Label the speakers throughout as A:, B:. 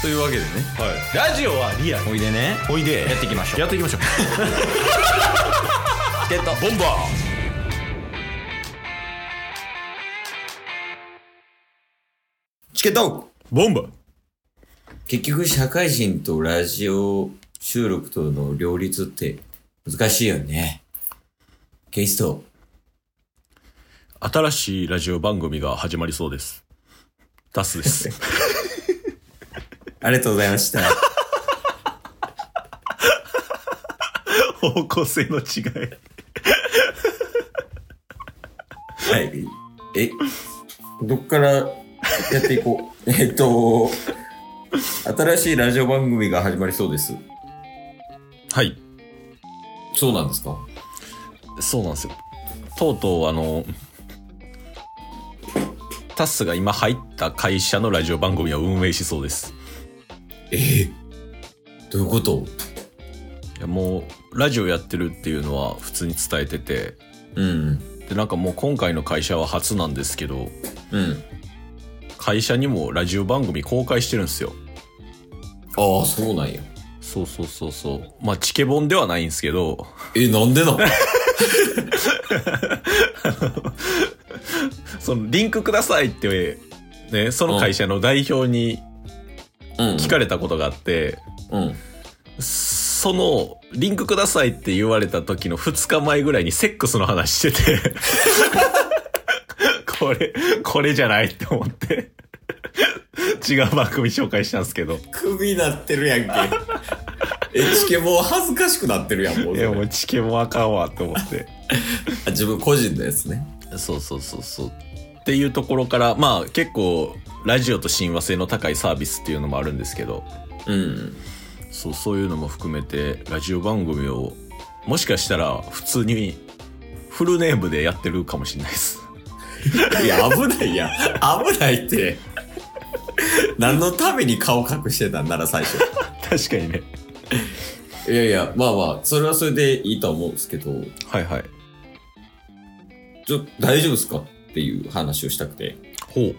A: というわけでね
B: はい、ラジオはリアル
A: おいでね
B: おいで
A: やっていきましょう
B: やっていきましょう
A: ゲット
B: ボンバ
A: チケット
B: ーボンバー
A: 結局社会人とラジオ収録との両立って難しいよねケイスト
B: 新しいラジオ番組が始まりそうですタスです
A: ありがとうございま した
B: 方向性の違い
A: はいえどっからやっていこ うえっと新しいラジオ番組が始まりそうです
B: はい
A: そうなんですか
B: そうなんですよとうとうあのタスが今入った会社のラジオ番組を運営しそうです
A: えどういうこと
B: いやもうラジオやってるっていうのは普通に伝えてて
A: うん
B: でなんかもう今回の会社は初なんですけど
A: うん
B: 会社にもラジオ番組公開してるんですよ
A: ああそうなんや
B: そうそうそうそうまあチケボンではないんですけど
A: えなん でな
B: そのリンクくださいって、ね、その会社の代表に
A: うん
B: 聞かれたことがあって、
A: うん
B: そのリンクくださいって言われた時の2日前ぐらいにセックスの話してて これこれじゃないって思って違う番組紹介したんですけど
A: クビになってるや んけ。え、チケもう恥ずかしくなってるやん、もう
B: い
A: それ。
B: やもうチケもあかんわって思って
A: あ自分個人のやつね。
B: そうそうそうそう。っていうところから、まあ結構、ラジオと親和性の高いサービスっていうのもあるんですけど、
A: うん。
B: そう、そういうのも含めて、ラジオ番組を、もしかしたら普通に、フルネームでやってるかもしれない です。
A: いや、危ないやん。危ないって。何のために顔隠してたんなら最初。
B: 確かにね。
A: いやいや、まあまあ、それはそれでいいとは思うんですけど、
B: はいはい。
A: ちょ、大丈夫ですかっていう話をしたくて。
B: ほう。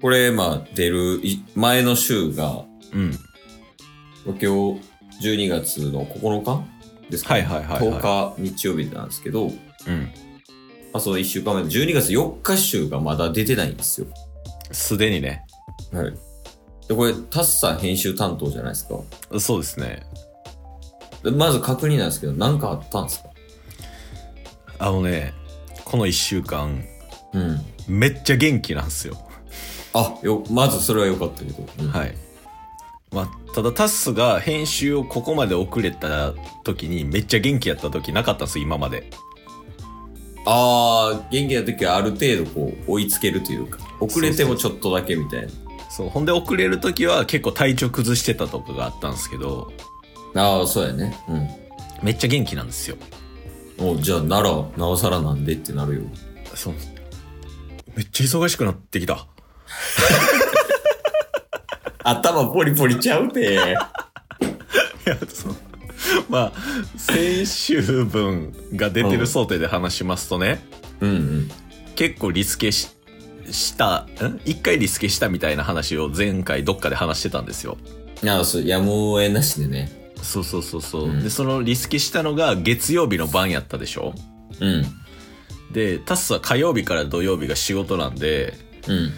A: これ、まあ、出るい前の週が、
B: うん。
A: 今日12月の9日ですか、
B: はいはいはいはい
A: 10日日曜日なんですけど、
B: うん。
A: まあ、その1週間前、12月4日週がまだ出てないんですよ。
B: すでにね。
A: はい。で、これ、タスさん編集担当じゃないですか。
B: そうですね。
A: でまず確認なんですけど、何かあったんですか
B: あのね、この一週間、
A: うん。
B: めっちゃ元気なんですよ。
A: あ、よ、まずそれは良かったけど。うん
B: はい。まあ、ただタスが編集をここまで遅れた時にめっちゃ元気やった時なかったんです今まで。
A: あー、元気な時はある程度こう、追いつけるというか、遅れてもちょっとだけみたいな。
B: そう。ほんで遅れる時は結構体調崩してたとかがあったんですけど、
A: ああ、そうやね。
B: めっちゃ元気なんですよ。
A: うん。おじゃあ、なら、なおさらなんでってなるよ。
B: そう。めっちゃ忙しくなってきた。
A: 頭ポリポリちゃうて。
B: いや、そう。まあ、先週分が出て
A: うん
B: る想定で話しますとね、
A: うんうん。
B: 結構リスケし、した、ん一回リスケしたみたいな話を前回どっかで話してたんですよ。
A: ああ、そう、やむを得なしでね。
B: そうそうそうそう、
A: うん
B: でそのリスケしたのが月曜日の晩やったでしょ
A: うん。
B: でタスは火曜日から土曜日が仕事なんで
A: うん。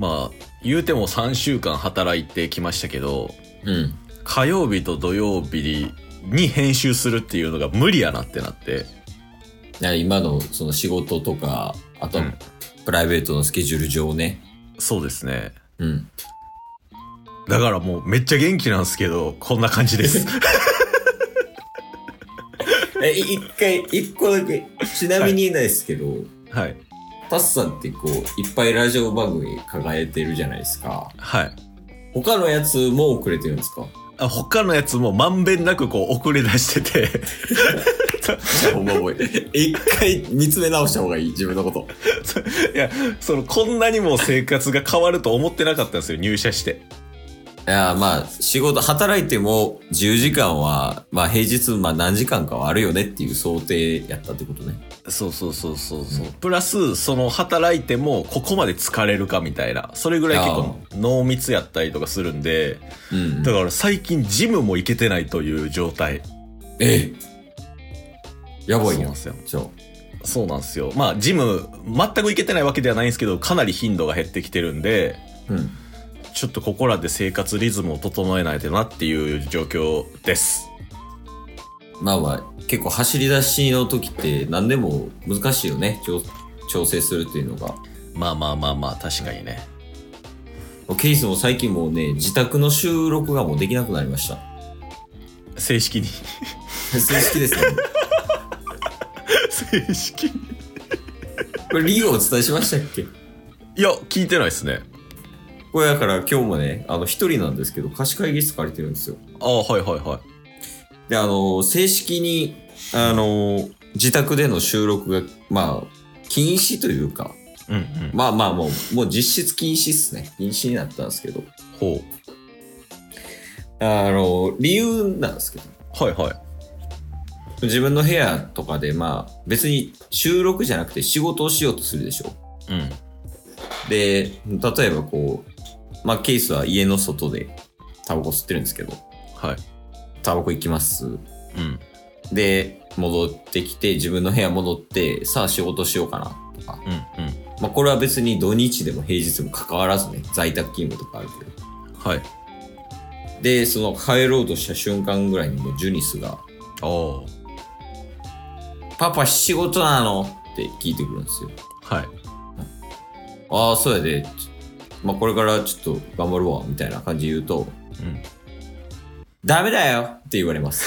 B: まあ言うても3週間働いてきましたけど
A: うん。
B: 火曜日と土曜日に編集するっていうのが無理やなってなって
A: いや今の、その仕事とか、あと
B: うん、
A: プライベートのスケジュール上ね。
B: そうですね
A: うん。
B: だからもうめっちゃ元気なんですけどこんな感じです
A: え、い一回、一個だけ。ちなみになんですけど、
B: はい
A: タスさんってこう、いっぱいラジオ番組抱えてるじゃないですか。
B: はい
A: 他のやつも遅れてるんですか
B: あ他のやつもまんべんなくこう遅れ出してて
A: じゃあほんま覚え。 一回見つめ直した方がいい、自分のこと。
B: いやそのこんなにも生活が変わると思ってなかったんですよ入社して
A: いや、まあ、仕事、働いても10時間は、まあ平日、まあ何時間かはあるよねっていう想定やったってことね。
B: そうそうそうそうそう、プラスその働いてもここまで疲れるかみたいなそれぐらい結構濃密やったりとかするんで
A: うん
B: だから最近ジムも行けてないという状態
A: ええ。やば
B: そ
A: いう
B: なん
A: や
B: で。すよ
A: じゃあ。
B: そうなんですよまあジム全く行けてないわけではないんですけどかなり頻度が減ってきてるんで
A: うん。
B: ちょっとここらで生活リズムを整えないとなっていう状況です
A: まあまあ、結構走り出しの時って何でも難しいよね。調調整するっていうのが。
B: まあまあまあまあ確かにね
A: ケイスも最近もうね、自宅の収録がもうできなくなりました。
B: 正式 に
A: 正式ですね。
B: 正式に
A: これ理由をお伝えしましたっけ
B: いや聞いてないですね
A: これだから今日もね、あの一人なんですけど、貸し会議室借りてるんですよ。
B: ああはいはいはい
A: で、あの、正式に、あの、自宅での収録が、まあ、禁止というか、
B: うんうん
A: まあまあもう、もう実質禁止っすね。禁止になったんですけど、
B: ほう
A: あの、理由なんですけど、
B: はいはい。
A: 自分の部屋とかで、まあ、別に収録じゃなくて仕事をしようとするでしょ。
B: うん。
A: で、例えばこう、まあ、ケースは家の外でタバコ吸ってるんですけど、
B: はい。
A: タバコ行きます。
B: うん。
A: で、戻ってきて、自分の部屋戻って、さあ仕事しようかなとか。
B: うん。う
A: まあ、これは別に土日でも平日も関わらずね、在宅勤務とかあるけど。
B: ん。はい。
A: で、その帰ろうとした瞬間ぐらいにもうジュニスが、
B: ああ。
A: パパ仕事なのって聞いてくるんですよ。
B: はい。
A: ああ、そうやで。まあ、これからちょっと頑張るわ、みたいな感じで言うと、
B: うん。
A: ダメだよって言われます。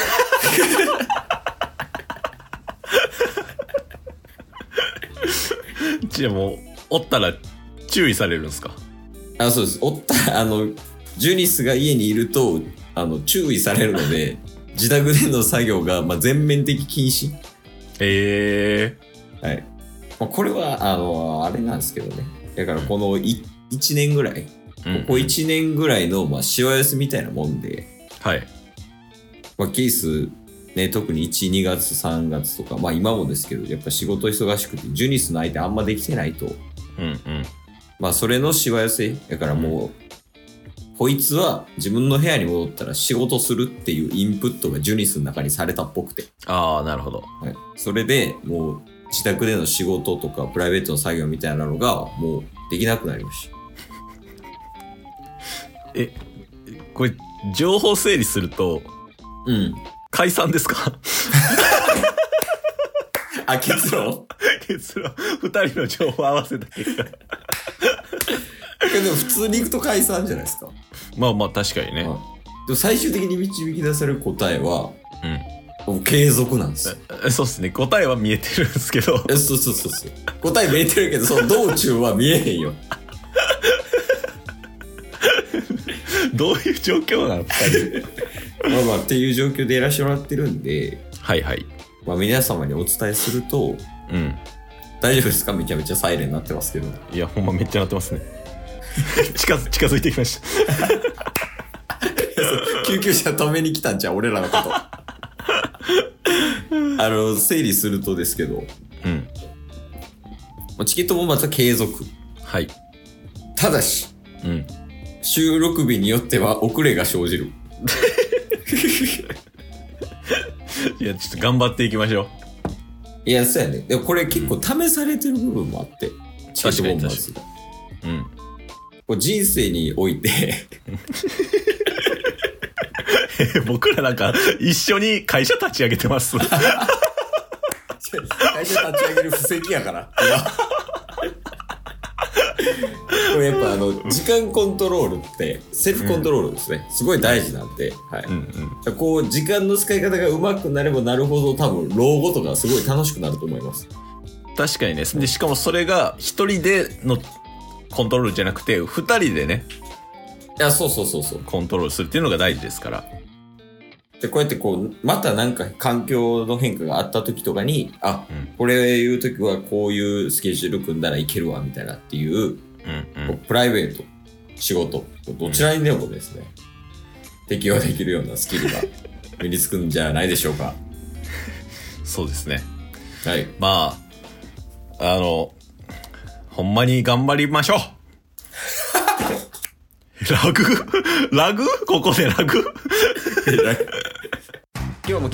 B: じゃあもう、おったら注意されるんですか
A: あ、そうです。おった、あの、ジュニスが家にいると、あの、注意されるので、自宅での作業が、まあ、全面的禁止。
B: ええ
A: はい。まあ、これは、あの、あれなんですけどね。だから、このい1年ぐらい、ここ1年ぐらいの、まあ、しわ寄せみたいなもんで、
B: はい。
A: まあ、ケース、ね、特に1、2月、3月とか、まあ、今もですけど、やっぱ仕事忙しくて、ジュニスの相手あんまできてないと、
B: うんうん。
A: まあ、それのしわ寄せ。だからもう、こいつは自分の部屋に戻ったら仕事するっていうインプットがジュニスの中にされたっぽくて。
B: ああ、なるほど。
A: はい、それでもう自宅での仕事とかプライベートの作業みたいなのがもうできなくなりました。
B: え、これ、情報整理すると、
A: うん。
B: 解散ですか
A: あ、結論
B: 結論、二人の情報合わせた結果。
A: でも普通に行くと解散じゃないですか。
B: まあまあ、確かにね。
A: はいでも最終的に導き出される答えは、
B: うん
A: もう継続なんですよ。
B: え。そうっすね。答えは見えてるんですけど、
A: えそうそうそうそう。答え見えてるけど、その道中は見えへんよ。
B: どういう状況なの二人。
A: まあまあ、っていう状況でやらせてもらってるんで、
B: はいはい。
A: まあ、皆様にお伝えすると、
B: うん。
A: 大丈夫ですかめちゃめちゃサイレンになってますけど。
B: いや、ほんまめっちゃなってますね。近づ、近づいてきました。
A: 救急車止めに来たんじゃん、俺らのこと。あの、整理するとですけど、
B: うん。
A: チケットもまた継続。
B: はい。
A: ただし、
B: うん。
A: 収録日によっては遅れが生じる。
B: いや、ちょっと頑張っていきましょう。
A: いや、そうやね。でもこれ結構試されてる部分もあって。チケットボンバーズが
B: うん。
A: こう人生において、
B: 僕らなんか、一緒に会社立ち上げてます。
A: 会社立ち上げる布石やから。これやっぱあの、時間コントロールって、セルフコントロールですね。すごい大事なんで。はい。
B: うんうん。
A: こう、時間の使い方が上手くなればなるほど、多分、老後とかすごい楽しくなると思います。
B: 確かにね。で、しかもそれが、一人でのコントロールじゃなくて、二人でね、
A: いや、そうそうそうそう。
B: コントロールするっていうのが大事ですから。
A: で、こうやってこう、またなんか環境の変化があった時とかに、あ、
B: うん
A: これ言う時はこういうスケジュール組んだらいけるわ、みたいなっていう、
B: うん
A: こうプライベート、仕事、どちらにでもですね、適応できるようなスキルが身につくんじゃないでしょうか。
B: うん。そうですね。
A: はい。
B: まあ、あの、ほんまに頑張りまし ょうラグラグここでラグ
A: 今日も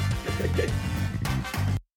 C: す